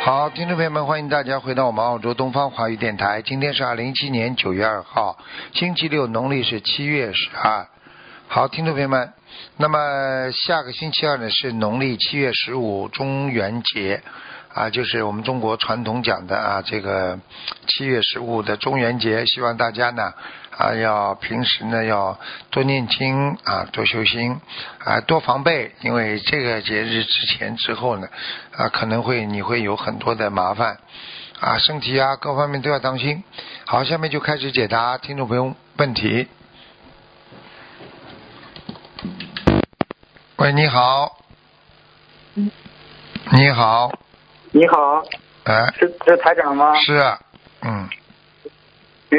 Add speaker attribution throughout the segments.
Speaker 1: 好，听众朋友们，欢迎大家回到我们澳洲东方华语电台。今天是二零一七年九月二号，星期六，农历是七月十二。好，听众朋友们，那么下个星期二呢是农历七月十五中元节啊，就是我们中国传统讲的啊，这个七月十五的中元节。希望大家呢啊要平时呢要多念经啊，多修心啊，多防备，因为这个节日之前之后呢啊，可能会你会有很多的麻烦啊，身体啊各方面都要当心。好，下面就开始解答听众朋友问题。喂，你好。你好，
Speaker 2: 你好，
Speaker 1: 哎，
Speaker 2: 是是台长吗？
Speaker 1: 是啊，嗯
Speaker 2: 嗯，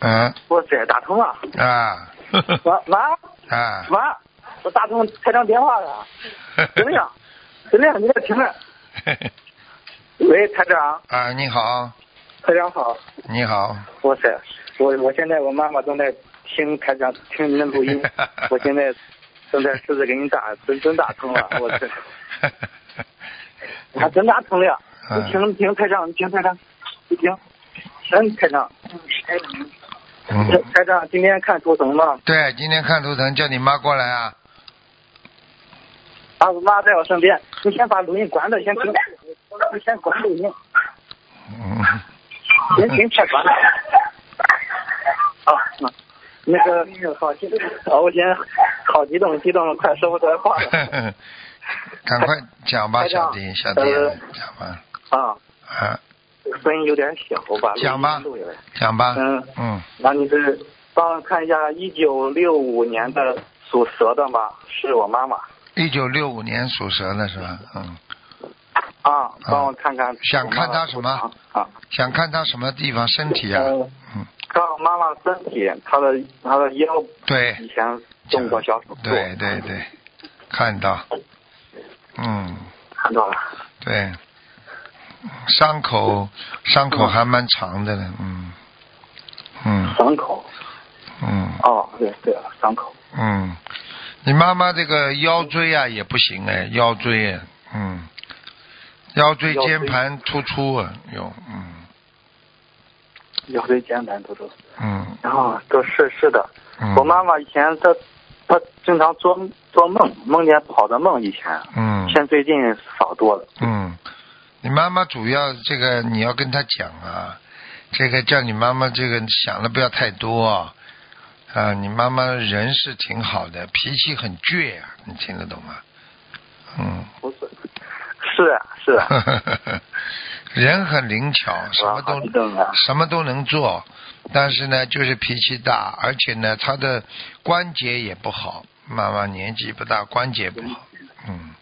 Speaker 1: 嗯
Speaker 2: 哇塞，打通了，
Speaker 1: 啊， 呵呵
Speaker 2: 完完
Speaker 1: 啊，
Speaker 2: 完，我打通台长电话了，
Speaker 1: 呵
Speaker 2: 怎么
Speaker 1: 呵
Speaker 2: 样？怎么样？你在听着？
Speaker 1: 呵
Speaker 2: 喂，台长，
Speaker 1: 啊，你好，
Speaker 2: 台长好，
Speaker 1: 你好，，
Speaker 2: 哇塞，我我现在我妈妈正在听台长听您的录音 我现在正在试着给你打，真真打 通了，我这还真打通了，
Speaker 1: 嗯
Speaker 2: 你听你听台长，你听台长，你听，嗯，台长，
Speaker 1: 嗯，
Speaker 2: 台台长今天看图腾吗？
Speaker 1: 对，今天看图腾，叫你妈过来啊，
Speaker 2: 啊，我妈在我身边，你先把录音关了，先听，你先关录音。
Speaker 1: 嗯，
Speaker 2: 您您太烦了。啊，嗯那个好激动，啊我今天好激动，激动得快说不出来话了
Speaker 1: 呵呵赶快讲吧，
Speaker 2: 台
Speaker 1: 小
Speaker 2: 长
Speaker 1: 弟，小弟
Speaker 2: 呃，
Speaker 1: 讲吧，
Speaker 2: 啊！
Speaker 1: 啊，
Speaker 2: 声音有点小吧？
Speaker 1: 讲吧
Speaker 2: 录音录下来
Speaker 1: 讲吧，
Speaker 2: 嗯，
Speaker 1: 嗯，
Speaker 2: 那你是帮我看一下一九六五年的属蛇的吧？是我妈妈
Speaker 1: 一九六五年属蛇的是吧？嗯，
Speaker 2: 啊，帮我看看。
Speaker 1: 想看她什么
Speaker 2: 啊？
Speaker 1: 想看她什么地方身体啊？
Speaker 2: 嗯，
Speaker 1: 嗯，
Speaker 2: 看我妈妈身体，她的她的腰
Speaker 1: 对，
Speaker 2: 以前动过小手术，
Speaker 1: 对对对，看到，嗯，
Speaker 2: 看到了。
Speaker 1: 对，伤口伤口还蛮长的呢，嗯，嗯
Speaker 2: 伤口
Speaker 1: 嗯
Speaker 2: 哦，对对了，伤口。
Speaker 1: 嗯，你妈妈这个腰椎啊也不行哎，腰椎哎，嗯，腰椎
Speaker 2: 腰椎
Speaker 1: 间盘突出啊，有，嗯
Speaker 2: 腰椎间盘突出。
Speaker 1: 嗯
Speaker 2: 啊，对，是是的，
Speaker 1: 嗯，
Speaker 2: 我妈妈以前她她经常做做梦，梦见不好的梦，以前，
Speaker 1: 嗯
Speaker 2: 现在最近少多了。
Speaker 1: 嗯，你妈妈主要这个你要跟她讲啊，这个叫你妈妈这个想的不要太多啊。啊，你妈妈人是挺好的，脾气很倔啊，你听得懂吗？嗯，
Speaker 2: 不是，是啊是啊，
Speaker 1: 人很灵巧，什么
Speaker 2: 哇好激
Speaker 1: 都
Speaker 2: 动啊
Speaker 1: 什么都能做，但是呢，就是脾气大，而且呢，她的关节也不好。妈妈年纪不大，关节不好。嗯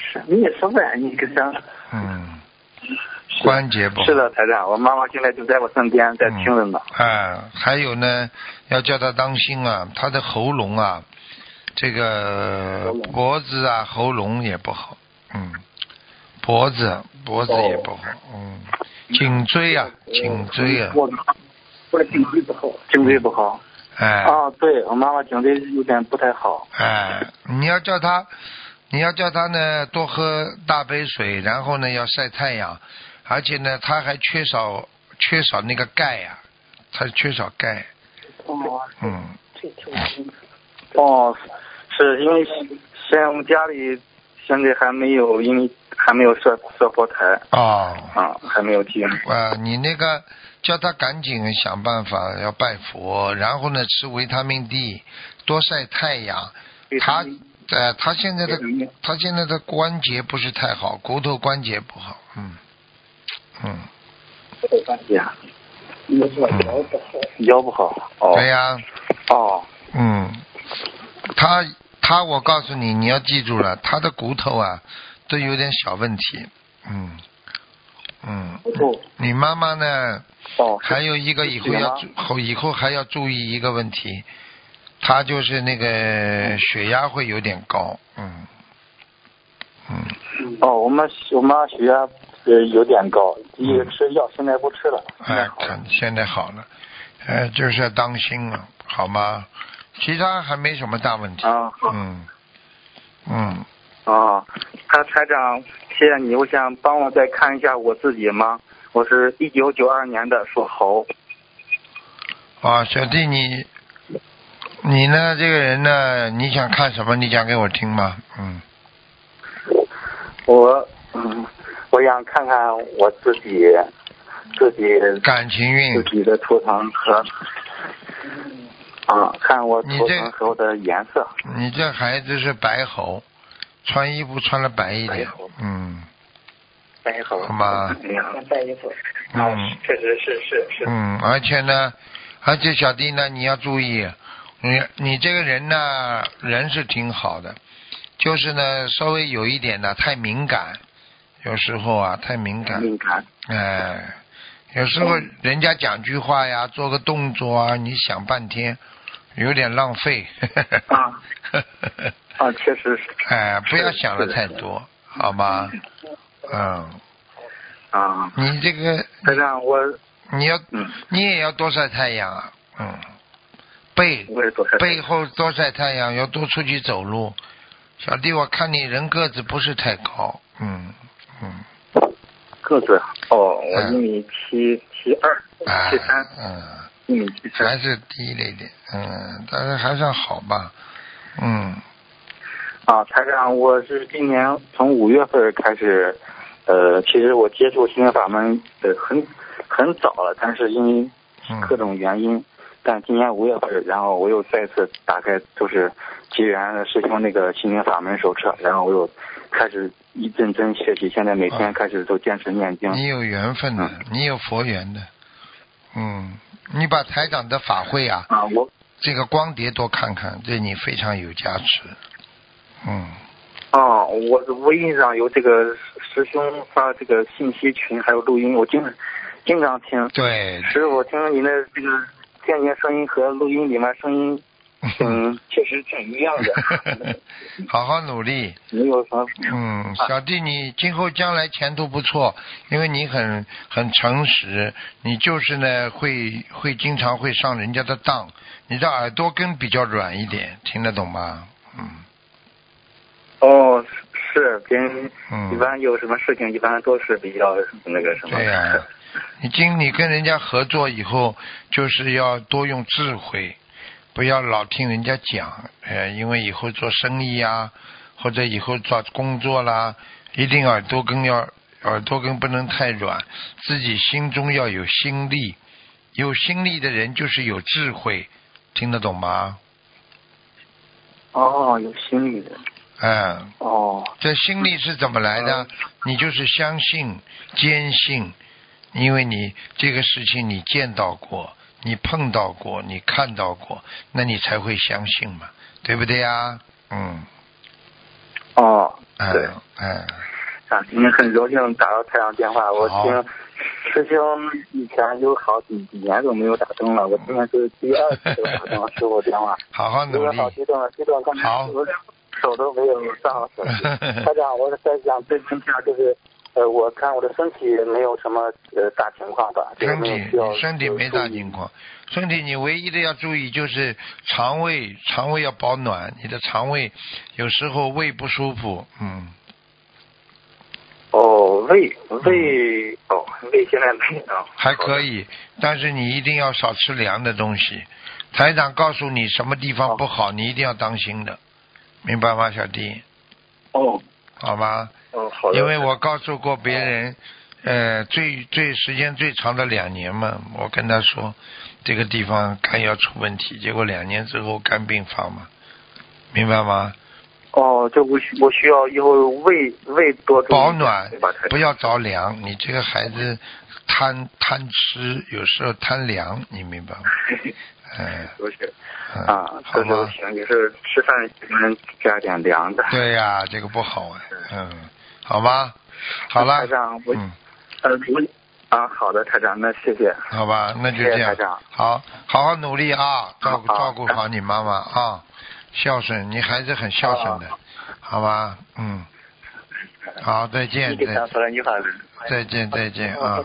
Speaker 2: 是你也说不来，你跟上。
Speaker 1: 嗯，
Speaker 2: 是
Speaker 1: 关节不好。
Speaker 2: 是的，台长，我妈妈现在就在我身边，在听着呢。
Speaker 1: 啊，嗯还有呢，要叫他当心啊，他的喉咙啊，这个
Speaker 2: 喉咙
Speaker 1: 脖子啊，喉咙也不好，嗯，脖子脖子也不好，
Speaker 2: 哦
Speaker 1: 嗯，颈椎啊，
Speaker 2: 嗯
Speaker 1: 颈椎啊，
Speaker 2: 我我颈椎不好，颈椎不好。
Speaker 1: 哎
Speaker 2: 啊，对我妈妈颈椎有点不太好。
Speaker 1: 哎，你要叫他，你要叫他呢多喝大杯水，然后呢要晒太阳，而且呢他还缺少缺少那个钙呀、啊，他缺少钙，
Speaker 2: 哦，
Speaker 1: 嗯
Speaker 2: 哦，是因为现在我们家里现在还没有，因为还没有设设佛台
Speaker 1: 哦。
Speaker 2: 啊，还没有进。
Speaker 1: 啊，你那个叫他赶紧想办法要拜佛，然后呢吃维他命 D，多晒太阳。他呃，他现在的他现在的关节不是太好，骨头关节不好，嗯嗯，
Speaker 2: 呀，腰不好，腰不好。哦
Speaker 1: 对哎呀、
Speaker 2: 哦，
Speaker 1: 嗯，他他我告诉你，你要记住了，他的骨头啊都有点小问题，嗯嗯，
Speaker 2: 哦
Speaker 1: 你妈妈呢？
Speaker 2: 哦，
Speaker 1: 还有一个以后
Speaker 2: 是
Speaker 1: 要
Speaker 2: 吗
Speaker 1: 注后以后还要注意一个问题，他就是那个
Speaker 2: 嗯
Speaker 1: 血压会有点高，嗯，嗯，
Speaker 2: 哦，我们我妈血压呃有点高，一直吃药，现在不吃了。现在
Speaker 1: 嗯哎，
Speaker 2: 好了
Speaker 1: 看现在好了，哎，就是要当心了，好吗？其他还没什么大问题，
Speaker 2: 啊，
Speaker 1: 嗯，嗯，
Speaker 2: 哦，他台长，谢谢你，我想帮我再看一下我自己吗？我是一九九二年的，属猴。
Speaker 1: 啊，小弟你，你呢？这个人呢？你想看什么？你讲给我听嘛。嗯，
Speaker 2: 我嗯，我想看看我自己，自己
Speaker 1: 感情
Speaker 2: 自
Speaker 1: 运，
Speaker 2: 己的图腾和啊，看我
Speaker 1: 你
Speaker 2: 图
Speaker 1: 这
Speaker 2: 腾和我的颜色。
Speaker 1: 你这孩子是白猴，穿衣服穿的白一点
Speaker 2: 白猴。
Speaker 1: 嗯
Speaker 2: 白猴
Speaker 1: 好吧
Speaker 2: 哎呀，白衣服。
Speaker 1: 嗯
Speaker 2: 啊确实是是是。
Speaker 1: 嗯，而且呢，而且小弟呢，你要注意，你你这个人呢，人是挺好的，就是呢，稍微有一点呢太敏感，有时候啊太敏感。
Speaker 2: 敏感。
Speaker 1: 哎，有时候人家讲句话呀，做个动作啊，你想半天，有点浪费。
Speaker 2: 啊啊，确实是
Speaker 1: 哎，不要想的太多，好吗？嗯，
Speaker 2: 啊。
Speaker 1: 你这个
Speaker 2: 台长，我
Speaker 1: 你要
Speaker 2: 嗯，
Speaker 1: 你也要多晒太阳啊，嗯，背
Speaker 2: 我也多看。
Speaker 1: 背后多晒太阳，要多出去走路。小弟，我看你人个子不是太高，嗯嗯，
Speaker 2: 个子哦，我
Speaker 1: 嗯
Speaker 2: 一米七七二
Speaker 1: 啊，
Speaker 2: 七三，
Speaker 1: 嗯。
Speaker 2: 一米七
Speaker 1: 还
Speaker 2: 三
Speaker 1: 是低了一点，嗯，但是还算好吧，嗯，
Speaker 2: 啊。台长，我是今年从五月份开始，呃，其实我接触心灵法门呃很很早了，但是因为
Speaker 1: 嗯
Speaker 2: 各种原因，但今年五月份，然后我又再次打开，就是机缘的师兄那个心灵法门手册，然后我又开始一认真学习，现在每天开始都坚持念经。
Speaker 1: 嗯你有缘分的，
Speaker 2: 嗯
Speaker 1: 你有佛缘的，嗯，你把台长的法会啊，
Speaker 2: 啊，我
Speaker 1: 这个光碟多看看，对你非常有加持，嗯，
Speaker 2: 哦，我微信上有这个师兄发这个信息群，还有录音，我经经常听。
Speaker 1: 对，
Speaker 2: 师傅，我听您的这个间接声音和录音里面声音，嗯，确实挺一样的。
Speaker 1: 好好努力，
Speaker 2: 你有什么？啊
Speaker 1: 嗯，小弟，你今后将来前途不错，因为你很很诚实，你就是呢会会经常会上人家的当，你的耳朵根比较软一点，听得懂吗？嗯
Speaker 2: 哦，是别人一
Speaker 1: 嗯，
Speaker 2: 般有什么事情，一般都是比较那个什么。
Speaker 1: 对呀、你经你跟人家合作以后，就是要多用智慧，不要老听人家讲，呃，因为以后做生意啊，或者以后找工作啦，一定耳朵根要耳朵根不能太软，自己心中要有心力，有心力的人就是有智慧，听得懂吗？
Speaker 2: 哦，有心理的。
Speaker 1: 嗯，
Speaker 2: 哦，
Speaker 1: 这心力是怎么来的？
Speaker 2: 嗯
Speaker 1: 你就是相信、坚信，因为你这个事情你见到过，你碰到过，你看到过，那你才会相信嘛，对不对呀？嗯，
Speaker 2: 哦，
Speaker 1: 哎
Speaker 2: 对。
Speaker 1: 哎，
Speaker 2: 啊，今天很荣幸打到台长电话，我
Speaker 1: 好
Speaker 2: 听师兄以前有好几几年都没有打通了，我今天是第二次都打通了师傅电话，
Speaker 1: 好好
Speaker 2: 真
Speaker 1: 努
Speaker 2: 的
Speaker 1: 力。
Speaker 2: 好激动啊，激动，刚才
Speaker 1: 好
Speaker 2: 我手都没有上好手 机。台长，我在想咨询一下，就是呃，我看我的身体没有什么呃大情况吧，就是
Speaker 1: 身
Speaker 2: 没有
Speaker 1: 体
Speaker 2: 需要
Speaker 1: 身体没大情况，身体你唯一的要注意就是肠胃，肠胃要保暖，你的肠胃有时候胃不舒服，嗯，
Speaker 2: 哦，胃胃哦胃现在没啊，
Speaker 1: 还可
Speaker 2: 以
Speaker 1: 以，但是你一定要少吃凉的东西。台长告诉你什么地方不好，你一定要当心的，明白吗，小弟？
Speaker 2: 哦
Speaker 1: 好吧，
Speaker 2: 嗯好的，
Speaker 1: 因为我告诉过别人，呃，最最时间最长的两年嘛，我跟他说这个地方肝要出问题，结果两年之后肝病发嘛，明白吗？
Speaker 2: 哦就我需我需要以后胃胃多注意
Speaker 1: 保暖
Speaker 2: 对吧台长，
Speaker 1: 不 要着凉，你这个孩子贪贪吃，有时候贪凉，你明 白吗？嗯、
Speaker 2: 都是
Speaker 1: 嗯
Speaker 2: 啊，
Speaker 1: 好
Speaker 2: 都是
Speaker 1: 吗？
Speaker 2: 行，也是吃饭喜欢加点凉 的。
Speaker 1: 对呀、这个不好哎，嗯，好吗？好啦
Speaker 2: 台，长，我
Speaker 1: 嗯，
Speaker 2: 呃我啊，好的，台长，那谢谢。
Speaker 1: 好吧，那就
Speaker 2: 谢谢
Speaker 1: 这样
Speaker 2: 台长，
Speaker 1: 好，好好努力啊，照顾
Speaker 2: 好
Speaker 1: 照顾好你妈妈啊，孝顺，你孩子很孝顺的，好吧？嗯，好，再见，
Speaker 2: 一个
Speaker 1: 再
Speaker 2: 想出来女孩子。
Speaker 1: 再见，再见啊，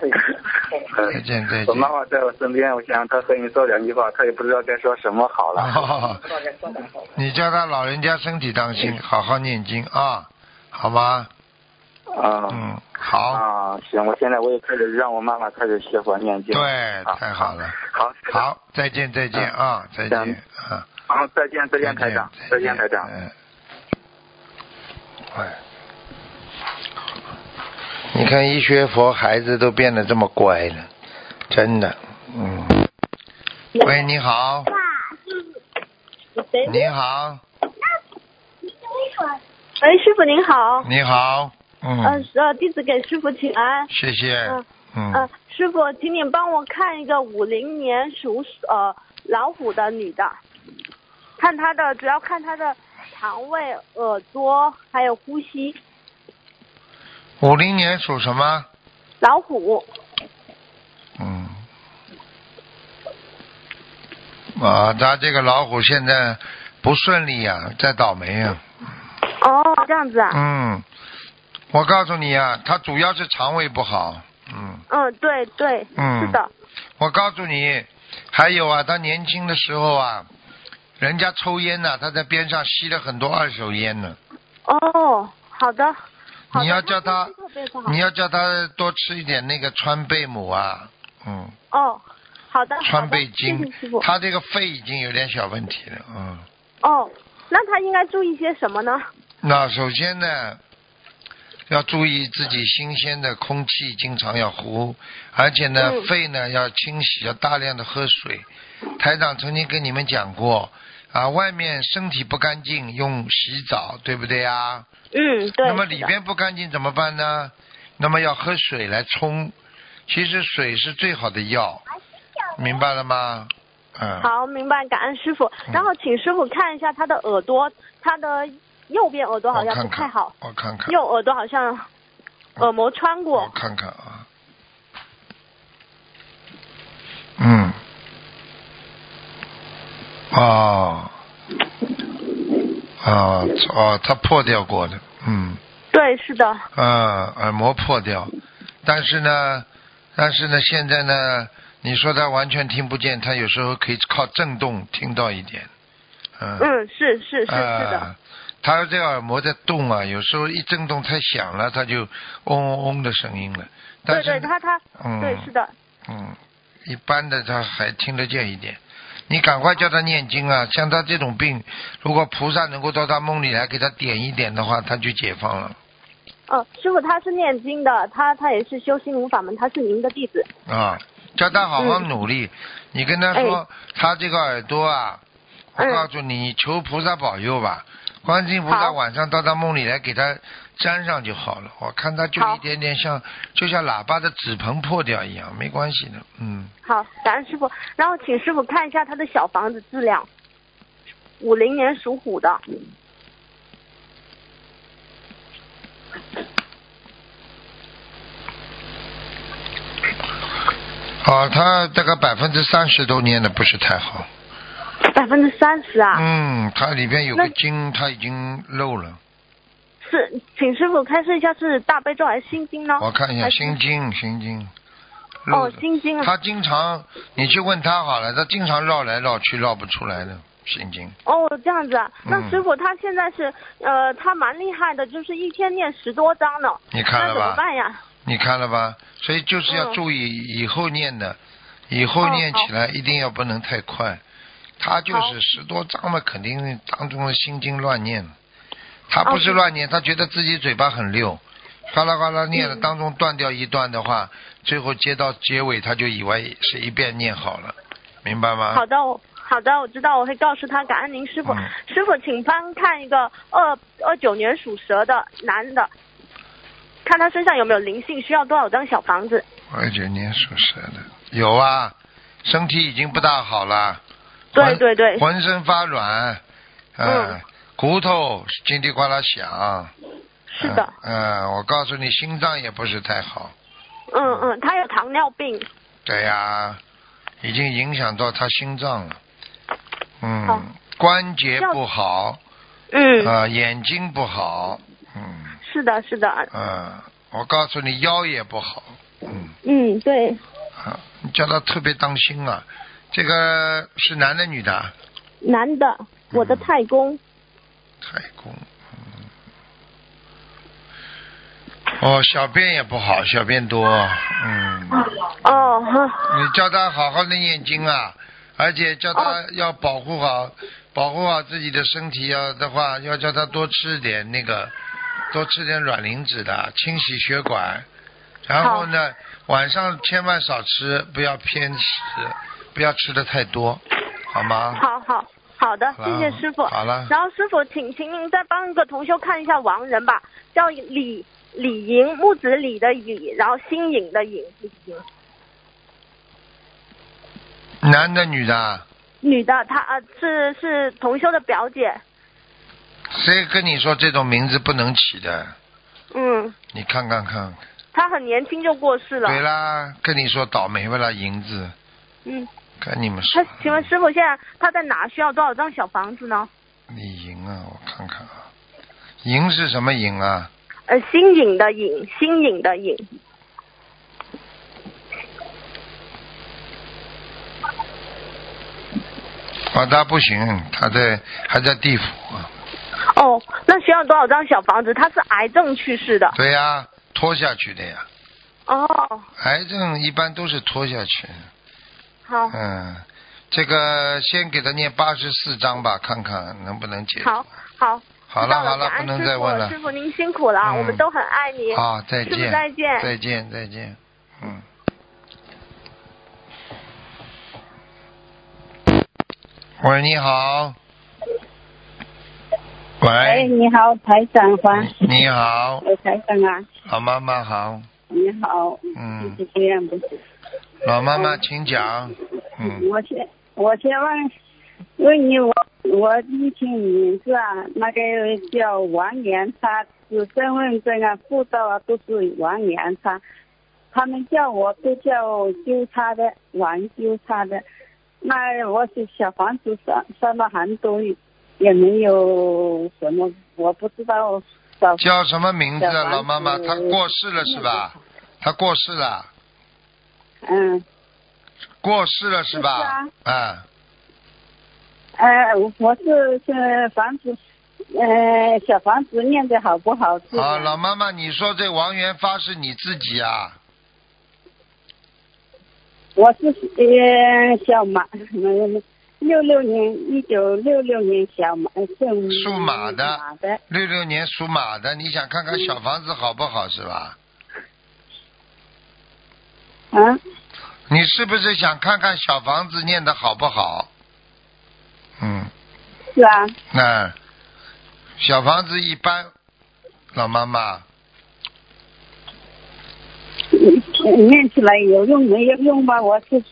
Speaker 1: 再
Speaker 2: 嗯，
Speaker 1: 见，再
Speaker 2: 我
Speaker 1: 见。
Speaker 2: 妈妈在我身边，我想她和你说两句话，她也不知道该说什么好
Speaker 1: 哦
Speaker 2: 嗯了。
Speaker 1: 你叫他老人家身体当心，好好念经啊，好吗？
Speaker 2: 啊、
Speaker 1: 嗯，好，
Speaker 2: 啊，行，我现在我也开始让我妈妈开始学佛念经。啊
Speaker 1: 对，太好了，
Speaker 2: 好，
Speaker 1: 好，再见，再
Speaker 2: 嗯
Speaker 1: 见啊，再见啊，
Speaker 2: 好，再见，再见，台长，再见，台长。
Speaker 1: 嗯。哎，你看一学佛，孩子都变得这么乖了，真的，嗯。喂，你好，你好，
Speaker 3: 喂，哎师傅您好。
Speaker 1: 你好，
Speaker 3: 嗯
Speaker 1: 嗯，，
Speaker 3: 呃，弟子给师傅请安。
Speaker 1: 谢谢
Speaker 3: 嗯，
Speaker 1: 嗯
Speaker 3: 呃，，师傅，请你帮我看一个五零年属呃老虎的女的，看她的，主要看她的肠胃、耳朵还有呼吸。
Speaker 1: 五零年属什么？
Speaker 3: 老虎，
Speaker 1: 嗯，啊，他这个老虎现在不顺利呀、在倒霉呀、
Speaker 3: 哦，这样子啊。
Speaker 1: 嗯，我告诉你呀、他主要是肠胃不好。嗯，
Speaker 3: 嗯，对对，
Speaker 1: 嗯
Speaker 3: 是的。
Speaker 1: 我告诉你，还有啊，他年轻的时候啊，人家抽烟呐、他在边上吸了很多二手烟呢。
Speaker 3: 哦，好的。好的
Speaker 1: 你要叫她
Speaker 3: 她呼吸特别不好
Speaker 1: 你要叫他多吃一点那个川贝母啊，嗯，
Speaker 3: 哦，好的。好
Speaker 1: 川
Speaker 3: 的
Speaker 1: 贝精
Speaker 3: 哦谢谢师傅，
Speaker 1: 他这个肺已经有点小问题了，嗯。
Speaker 3: 哦，那她应该注意些什么呢？
Speaker 1: 那首先呢，要注意自己新鲜的空气经常要呼，而且呢，
Speaker 3: 嗯
Speaker 1: 肺呢要清洗，要大量的喝水。台长曾经跟你们讲过啊，外面身体不干净用洗澡，对不对啊？
Speaker 3: 嗯，对。
Speaker 1: 那么
Speaker 3: 是的
Speaker 1: 里边不干净怎么办呢？那么要喝水来冲，其实水是最好的药，明白了吗？嗯。
Speaker 3: 好，明白，感恩师傅。然后请师傅看一下他的耳朵，他的右边耳朵好
Speaker 1: 我
Speaker 3: 像
Speaker 1: 看
Speaker 3: 不太
Speaker 1: 看
Speaker 3: 好，，
Speaker 1: 我看看，
Speaker 3: 右耳朵好像耳膜穿
Speaker 1: 我
Speaker 3: 过。
Speaker 1: 看看啊。嗯。哦。哦哦，它破掉过的，嗯，
Speaker 3: 对，是的，
Speaker 1: 呃，耳膜破掉，但是呢，但是呢，现在呢，你说它完全听不见，它有时候可以靠震动听到一点，嗯，
Speaker 3: 嗯，是是是是的，
Speaker 1: 啊，它这个耳膜在动啊，有时候一震动太响了，它就嗡嗡嗡的声音了。但
Speaker 3: 对
Speaker 1: 是
Speaker 3: 对，他他
Speaker 1: 嗯，
Speaker 3: 对是的，
Speaker 1: 嗯，一般的他还听得见一点。你赶快叫他念经啊！像他这种病，如果菩萨能够到他梦里来给他点一点的话，他就解放了
Speaker 3: 嗯，师傅他是念经的，他他也是修心灵法门，他是您的弟子。
Speaker 1: 啊！叫他好好努力。你跟他说，他这个耳朵啊，我
Speaker 3: 嗯
Speaker 1: 告诉你，你求菩萨保佑吧。观世音菩萨
Speaker 3: 好
Speaker 1: 晚上到他梦里来给他粘上就好了。我看他就
Speaker 3: 好
Speaker 1: 一点点像，就像喇叭的纸盆破掉一样，没关系的。嗯，
Speaker 3: 好，感恩师傅。然后请师傅看一下他的小房子质量，五零年属虎的，
Speaker 1: 好，哦他大概百分之三十都念的不是太好。
Speaker 3: 百分之三十啊。
Speaker 1: 嗯，它里边有
Speaker 3: 那
Speaker 1: 个筋，它已经漏了。
Speaker 3: 是，请师傅开示一下是大悲咒还是心经呢？
Speaker 1: 我看一下
Speaker 3: 啊还是
Speaker 1: 心经，心经。漏
Speaker 3: 哦，
Speaker 1: 的。
Speaker 3: 心经啊。
Speaker 1: 他经常，你去问他好了，他经常绕来绕去，绕不出来的心经。
Speaker 3: 哦，这样子啊。那
Speaker 1: 嗯
Speaker 3: 师傅他现在是呃，他蛮厉害的，就是一天念十多章呢。
Speaker 1: 你看
Speaker 3: 那
Speaker 1: 了
Speaker 3: 怎么
Speaker 1: 吧？
Speaker 3: 办呀？
Speaker 1: 你看了吧？所以就是要
Speaker 3: 嗯
Speaker 1: 注意以后念的，以后
Speaker 3: 哦
Speaker 1: 念
Speaker 3: 好
Speaker 1: 起来一定要不能太快。他就
Speaker 3: 好
Speaker 1: 是十多章嘛，肯定当中的心经乱念。他
Speaker 3: 哦
Speaker 1: 不是
Speaker 3: 是
Speaker 1: 乱念，他觉得自己嘴巴很溜，哗啦哗啦念了，
Speaker 3: 嗯
Speaker 1: 当中断掉一段的话，最后接到结尾他就以为是一遍念好了，明白吗？
Speaker 3: 好的，我好的，我知道，我会告诉他。感恩您，师傅。
Speaker 1: 啊嗯
Speaker 3: 师傅，请帮看一个二二九年属蛇的男的，看他身上有没有灵性，需要多少张小房子？
Speaker 1: 二九年属蛇的有啊，身体已经不大好了，
Speaker 3: 对
Speaker 1: 浑
Speaker 3: 对对，
Speaker 1: 浑身发软，呃
Speaker 3: 嗯
Speaker 1: 骨头叽里呱啦响。
Speaker 3: 是的，
Speaker 1: 嗯、呃我告诉你，心脏也不是太好。
Speaker 3: 嗯嗯，他有糖尿病。
Speaker 1: 对呀、已经影响到他心脏了。嗯，
Speaker 3: 好
Speaker 1: 关节
Speaker 3: 要
Speaker 1: 不好，
Speaker 3: 嗯，
Speaker 1: 啊，眼睛不好，嗯，
Speaker 3: 是的，是的，
Speaker 1: 啊，我告诉你，腰也不好，嗯，
Speaker 3: 嗯，对，
Speaker 1: 啊，你叫他特别当心啊。这个是男的女的啊？
Speaker 3: 男的，我的
Speaker 1: 嗯
Speaker 3: 太公。
Speaker 1: 太公，嗯，哦，小便也不好，小便多，嗯，
Speaker 3: 哦，好
Speaker 1: 你叫他好好的念经啊，而且叫他要保护好，保护好自己的身体要的话，要叫他多吃点那个，多吃点卵磷脂的，清洗血管。然后呢，晚上千万少吃，不要偏食，不要吃的太多，好吗？
Speaker 3: 好好好的，
Speaker 1: 啊好
Speaker 3: 谢
Speaker 1: 了
Speaker 3: 谢师傅。
Speaker 1: 好了
Speaker 3: 然后师傅，请请您再帮一个同修看一下亡人吧，叫李李莹，木子李的李，然后新颖的颖，李莹，
Speaker 1: 男的女的啊？
Speaker 3: 女的，她呃是是同修的表姐，
Speaker 1: 谁跟你说这种名字不能起的？
Speaker 3: 嗯，
Speaker 1: 你看看看。
Speaker 3: 她很年轻就过世了，
Speaker 1: 对啦，跟你说倒霉不啦，银子，
Speaker 3: 嗯，
Speaker 1: 跟你们
Speaker 3: 她
Speaker 1: 说。
Speaker 3: 请问师傅现在她在哪？需要多少张小房子呢？
Speaker 1: 你赢啊，我看看啊，赢是什么赢啊？
Speaker 3: 呃，新颖的颖，新颖的颖，
Speaker 1: 啊，他不行，他在还在地府啊。
Speaker 3: 哦，那需要多少张小房子？她是癌症去世的，
Speaker 1: 对呀、拖下去的呀。
Speaker 3: 哦，
Speaker 1: 癌症一般都是拖下去。
Speaker 3: 好，
Speaker 1: 嗯，这个先给他念八十四章吧，看看能不能解决。
Speaker 3: 好，好。
Speaker 1: 好
Speaker 3: 知道
Speaker 1: 了好
Speaker 3: 了
Speaker 1: 了，
Speaker 3: 感
Speaker 1: 不能
Speaker 3: 恩师
Speaker 1: 再
Speaker 3: 傅
Speaker 1: 问了。
Speaker 3: 师傅您辛苦了，
Speaker 1: 嗯
Speaker 3: 啊我们都很爱你。
Speaker 1: 好，再
Speaker 3: 师
Speaker 1: 见。
Speaker 3: 傅再见
Speaker 1: 再见，再见。嗯。喂，你好。
Speaker 4: 哎，
Speaker 1: 喂，
Speaker 4: 你好，台长华，
Speaker 1: 你好，
Speaker 4: 哎，台长啊，
Speaker 1: 老妈妈好，
Speaker 4: 你好，
Speaker 1: 嗯
Speaker 4: 就是这样不是？
Speaker 1: 老妈妈请讲，嗯，
Speaker 4: 我先我先问问你，我我一听你是啊，那个叫王延他是身份证啊、护照啊都是王延他，他们叫我都叫纠他的王纠他的，那我是小房子上上了很多，也没有什么，我不知道找
Speaker 1: 叫什么名字啊？
Speaker 4: 小
Speaker 1: 老妈妈，
Speaker 4: 房子
Speaker 1: 她过世了是吧？她过世了，
Speaker 4: 嗯。
Speaker 1: 过世了是吧？啊，
Speaker 4: 呃，我是是房子，呃，小房子念的好不好？是
Speaker 1: 好，老妈妈，你说这王元发是你自己啊？
Speaker 4: 我是呃小马，嗯六六年，一九六六年小马，是
Speaker 1: 属马的
Speaker 4: 马的，
Speaker 1: 六六年属马的，你想看看
Speaker 4: 嗯
Speaker 1: 小房子好不好是吧？
Speaker 4: 啊，
Speaker 1: 你是不是想看看小房子念的好不好？嗯，
Speaker 4: 是啊，
Speaker 1: 那小房子一般，老妈妈
Speaker 4: 嗯念起来有用没有用吧？我是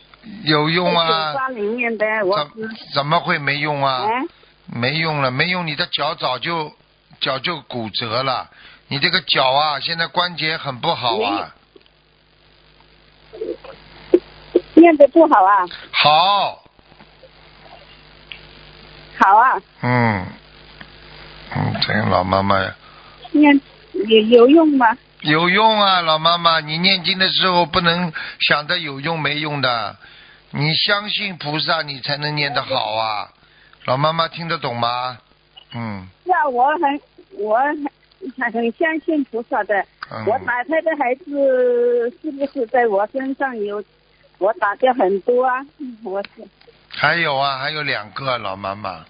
Speaker 1: 有用啊
Speaker 4: 哎九？八零年的，我是
Speaker 1: 怎怎么会没用啊？
Speaker 4: 哎，
Speaker 1: 没用了，没用，你的脚早就脚就骨折了，你这个脚啊，现在关节很不好啊。
Speaker 4: 念的不好啊，
Speaker 1: 好，
Speaker 4: 好啊，
Speaker 1: 嗯，嗯，这个老妈妈呀。
Speaker 4: 念有有用吗？
Speaker 1: 有用啊，老妈妈，你念经的时候不能想着有用没用的，你相信菩萨，你才能念得好啊。老妈妈听得懂吗？嗯
Speaker 4: 是啊，我很我很很相信菩萨的。
Speaker 1: 嗯
Speaker 4: 我打胎的孩子是不是在我身上有？我打掉很多啊，嗯我是
Speaker 1: 还有啊，还有两个老妈妈，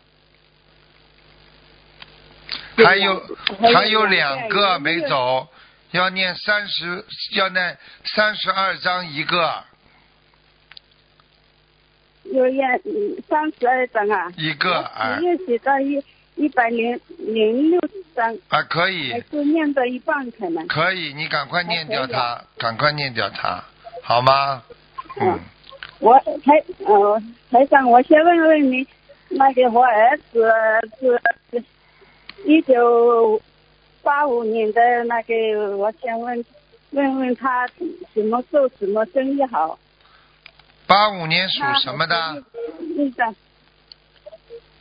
Speaker 4: 对呀
Speaker 1: 还有还
Speaker 4: 还
Speaker 1: 有
Speaker 4: 有
Speaker 1: 两
Speaker 4: 两
Speaker 1: 个
Speaker 4: 个
Speaker 1: 没走，要念三十，要念三十二章一个
Speaker 4: 有验三十二张啊，
Speaker 1: 一个啊
Speaker 4: 我只有写到一一百零零六张，
Speaker 1: 啊，可以
Speaker 4: 还是念到一半可能。
Speaker 1: 可以，你赶快念掉
Speaker 4: 还可以啊
Speaker 1: 它，赶快念掉它，好吗？嗯
Speaker 4: 嗯。我台呃台长，我先问问你，那个我儿子是一九八五年的那个，我想问问问他什么做什么生意好？
Speaker 1: 八五年属什么
Speaker 4: 他
Speaker 1: 的？
Speaker 4: 是一？一张，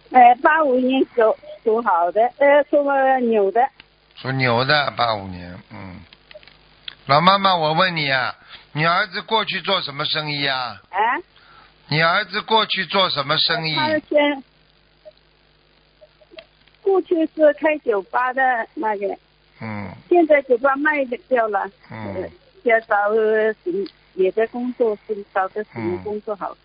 Speaker 4: 呃，八五年属属好的，呃，属牛的，啊
Speaker 1: 属牛的，八五年，嗯。老妈妈，我问你啊，你儿子过去做什么生意啊？
Speaker 4: 啊，
Speaker 1: 你儿子过去做什么生意？
Speaker 4: 他先过去是开酒吧的那个，
Speaker 1: 嗯
Speaker 4: 现在嘴巴卖掉了，
Speaker 1: 嗯
Speaker 4: 呃，要找呃什么别的工作，是找的什么工作好？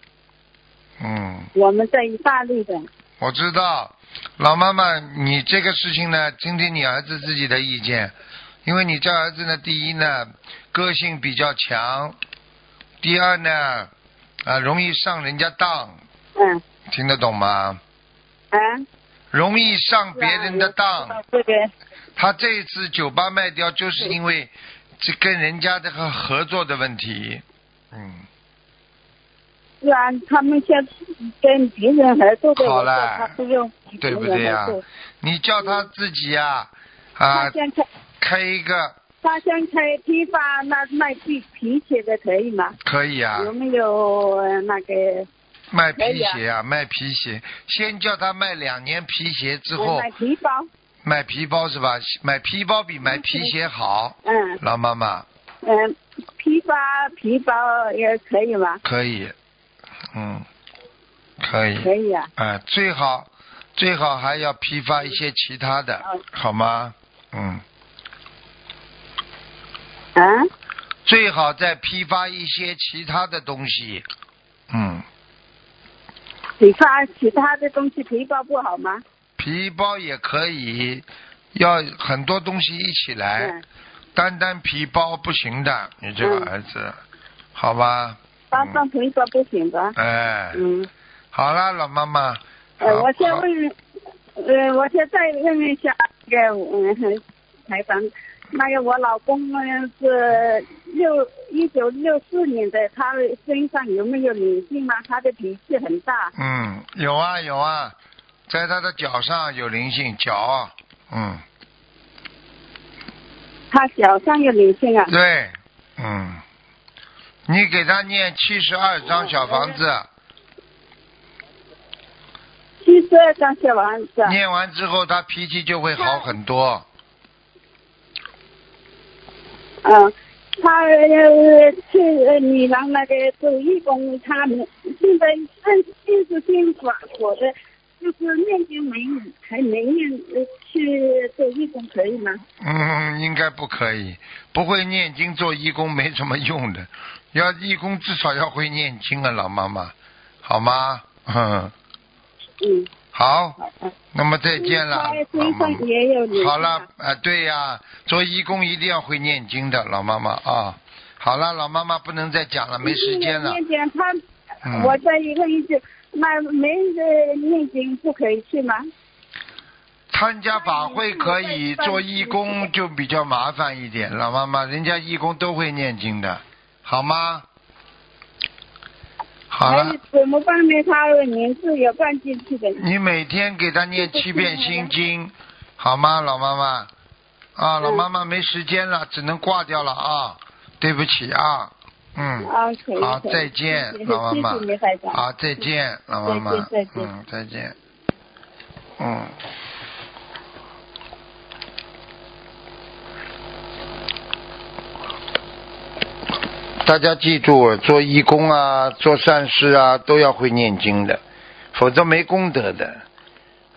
Speaker 1: 嗯，
Speaker 4: 我们在意大利的，
Speaker 1: 我知道，老妈妈，你这个事情呢，听听你儿子自己的意见，因为你这儿子呢，第一呢，个性比较强，第二呢，啊，容易上人家当，
Speaker 4: 嗯
Speaker 1: 听得懂吗？
Speaker 4: 啊，
Speaker 1: 嗯容易上别人的当，
Speaker 4: 这个
Speaker 1: 他这一次酒吧卖掉，就是因为这跟人家这个合作的问题。嗯，
Speaker 4: 是啊，他们像跟别人合作的，
Speaker 1: 好
Speaker 4: 我说
Speaker 1: 了
Speaker 4: 他不用跟
Speaker 1: 对不
Speaker 4: 别
Speaker 1: 对
Speaker 4: 人
Speaker 1: 呀、
Speaker 4: 合作
Speaker 1: 你叫他自己呀、啊，
Speaker 4: 他现在
Speaker 1: 开一个
Speaker 4: 他现在批发那卖皮皮鞋的可以吗？
Speaker 1: 可以啊，
Speaker 4: 有没有呃那个
Speaker 1: 卖
Speaker 4: 可
Speaker 1: 皮
Speaker 4: 以啊
Speaker 1: 鞋啊，卖皮鞋，先叫他卖两年皮鞋，之后
Speaker 4: 买皮包？
Speaker 1: 卖皮包是吧？买皮包比买皮鞋好，
Speaker 4: 嗯
Speaker 1: 老妈妈
Speaker 4: 嗯，批发皮包也可以吗？
Speaker 1: 可以，嗯，可以，
Speaker 4: 可以啊。
Speaker 1: 啊，最好最好还要批发一些其他的
Speaker 4: 嗯，
Speaker 1: 好吗？嗯，
Speaker 4: 啊，
Speaker 1: 最好再批发一些其他的东西，嗯，
Speaker 4: 你发其他的东西皮包不好吗？
Speaker 1: 皮包也可以，要很多东西一起来。
Speaker 4: 嗯，
Speaker 1: 单单皮包不行的，你这个
Speaker 4: 嗯
Speaker 1: 儿子，好吧？
Speaker 4: 单单皮包不行吧？
Speaker 1: 嗯哎，
Speaker 4: 嗯，
Speaker 1: 好啦，老妈妈。
Speaker 4: 呃，
Speaker 1: 好
Speaker 4: 我先
Speaker 1: 好
Speaker 4: 问，呃，我先再问一下那个嗯，台长，那个我老公呢是六一九六四年的，他身上有没有灵性吗？他的脾气很大，
Speaker 1: 嗯，有啊有啊，在他的脚上有灵性，脚，嗯，
Speaker 4: 他脚上有灵性啊。
Speaker 1: 对，嗯，你给他念七十二张小房子，
Speaker 4: 七十二张小房子啊，
Speaker 1: 念完之后他脾气就会好很多。
Speaker 4: 嗯，他呃去呃米兰那个做义工，他们现在正正是信佛佛的，就是念经没还没念呃去做义工可以吗？
Speaker 1: 嗯，应该不可以，不会念经做义工没什么用的，要义工至少要会念经啊，老妈妈，好吗？嗯，
Speaker 4: 嗯，
Speaker 1: 好，
Speaker 4: 好的。
Speaker 1: 那么再见了，
Speaker 4: 他
Speaker 1: 老
Speaker 4: 身
Speaker 1: 妈
Speaker 4: 上
Speaker 1: 妈。
Speaker 4: 也有灵性啊
Speaker 1: 好了，啊、对呀、做义工一定要会念经的，老妈妈啊。好了，老妈妈不能再讲了，没时间了。
Speaker 4: 念经，他、
Speaker 1: 嗯
Speaker 4: 我再一个意思，那没人念经不可以去吗？
Speaker 1: 参加法会可以，做义工就比较麻烦一点，老妈妈，人家义工都会念经的，好吗？好
Speaker 4: 还
Speaker 1: 了
Speaker 4: 有。怎么办呢？他的名字也办进去的。
Speaker 1: 你每天给他念七遍心经，好吗，老妈妈？啊，老妈妈没时间了，只能挂掉了啊，对不起啊，嗯，
Speaker 4: 啊，可以。
Speaker 1: 好，
Speaker 4: 可以
Speaker 1: 再见
Speaker 4: 谢谢，
Speaker 1: 老妈妈
Speaker 4: 谢谢你，台长。
Speaker 1: 好，啊再见，老妈妈
Speaker 4: 再见再，见
Speaker 1: 嗯，再见，嗯。大家记住，做义工啊，做善事啊，都要会念经的，否则没功德的。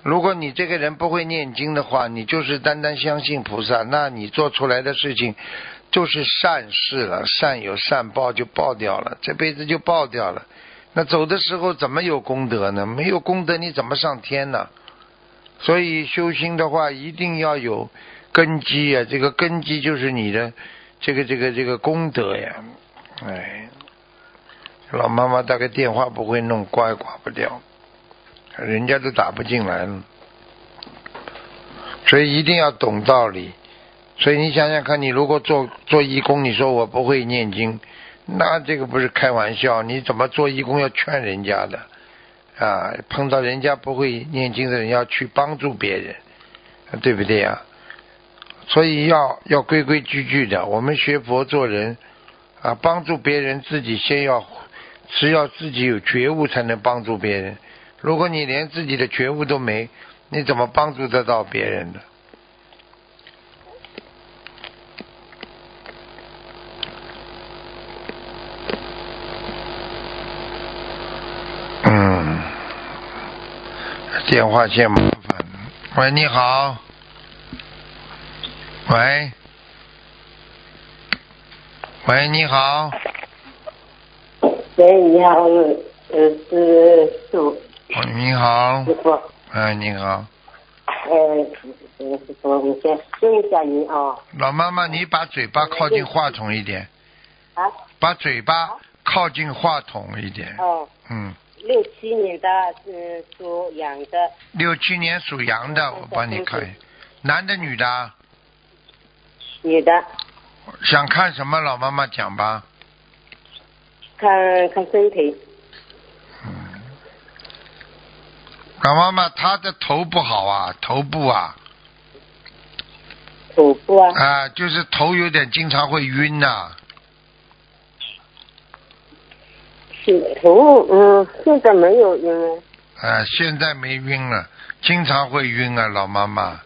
Speaker 1: 如果你这个人不会念经的话，你就是单单相信菩萨，那你做出来的事情就是善事了，善有善报就报掉了，这辈子就报掉了。那走的时候怎么有功德呢？没有功德你怎么上天呢？所以修心的话，一定要有根基啊，这个根基就是你的这个这个这个功德呀。哎，老妈妈大概电话不会弄，挂也挂不掉，人家都打不进来了。所以一定要懂道理。所以你想想看，你如果做做义工，你说我不会念经，那这个不是开玩笑？你怎么做义工要劝人家的啊？碰到人家不会念经的人，要去帮助别人，对不对呀、所以要要规规矩矩的。我们学佛做人啊，帮助别人，自己先要只要自己有觉悟，才能帮助别人。如果你连自己的觉悟都没，你怎么帮助得到别人呢？嗯，电话线麻烦。喂，你好。喂，喂，你好，
Speaker 5: 喂，你好，呃，是师傅，
Speaker 1: 喂哦你好，
Speaker 5: 师傅，
Speaker 1: 哎，你好，
Speaker 5: 呃，师傅，我先问一下您啊，
Speaker 1: 老妈妈，你把嘴巴靠近话筒一点，
Speaker 5: 啊，
Speaker 1: 把嘴巴靠近话筒一点，
Speaker 5: 哦，
Speaker 1: 嗯，
Speaker 5: 六七年的，呃，属羊的，
Speaker 1: 六七年属羊的，我帮你看一下，男的女的啊？
Speaker 5: 女的，
Speaker 1: 想看什么？老妈妈讲吧。
Speaker 5: 看看身体，
Speaker 1: 老妈妈，她的头不好啊，头部啊，
Speaker 5: 头部啊，
Speaker 1: 啊、就是头有点经常会晕呐、
Speaker 5: 是头，嗯，现在没有嗯，
Speaker 1: 啊，现在没晕了，经常会晕啊，老妈妈。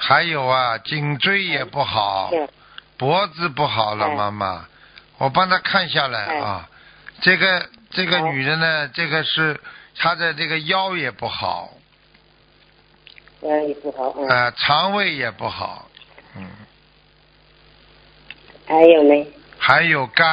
Speaker 1: 还有啊，颈椎也不好，
Speaker 5: 对，
Speaker 1: 脖子不好，老妈妈。我帮她看下来啊，这个这个
Speaker 5: 好
Speaker 1: 女人呢，这个是她的这个腰也不好，
Speaker 5: 呃，也不好，嗯，
Speaker 1: 啊，肠胃也不好，嗯，
Speaker 5: 还有呢，
Speaker 1: 还有肝。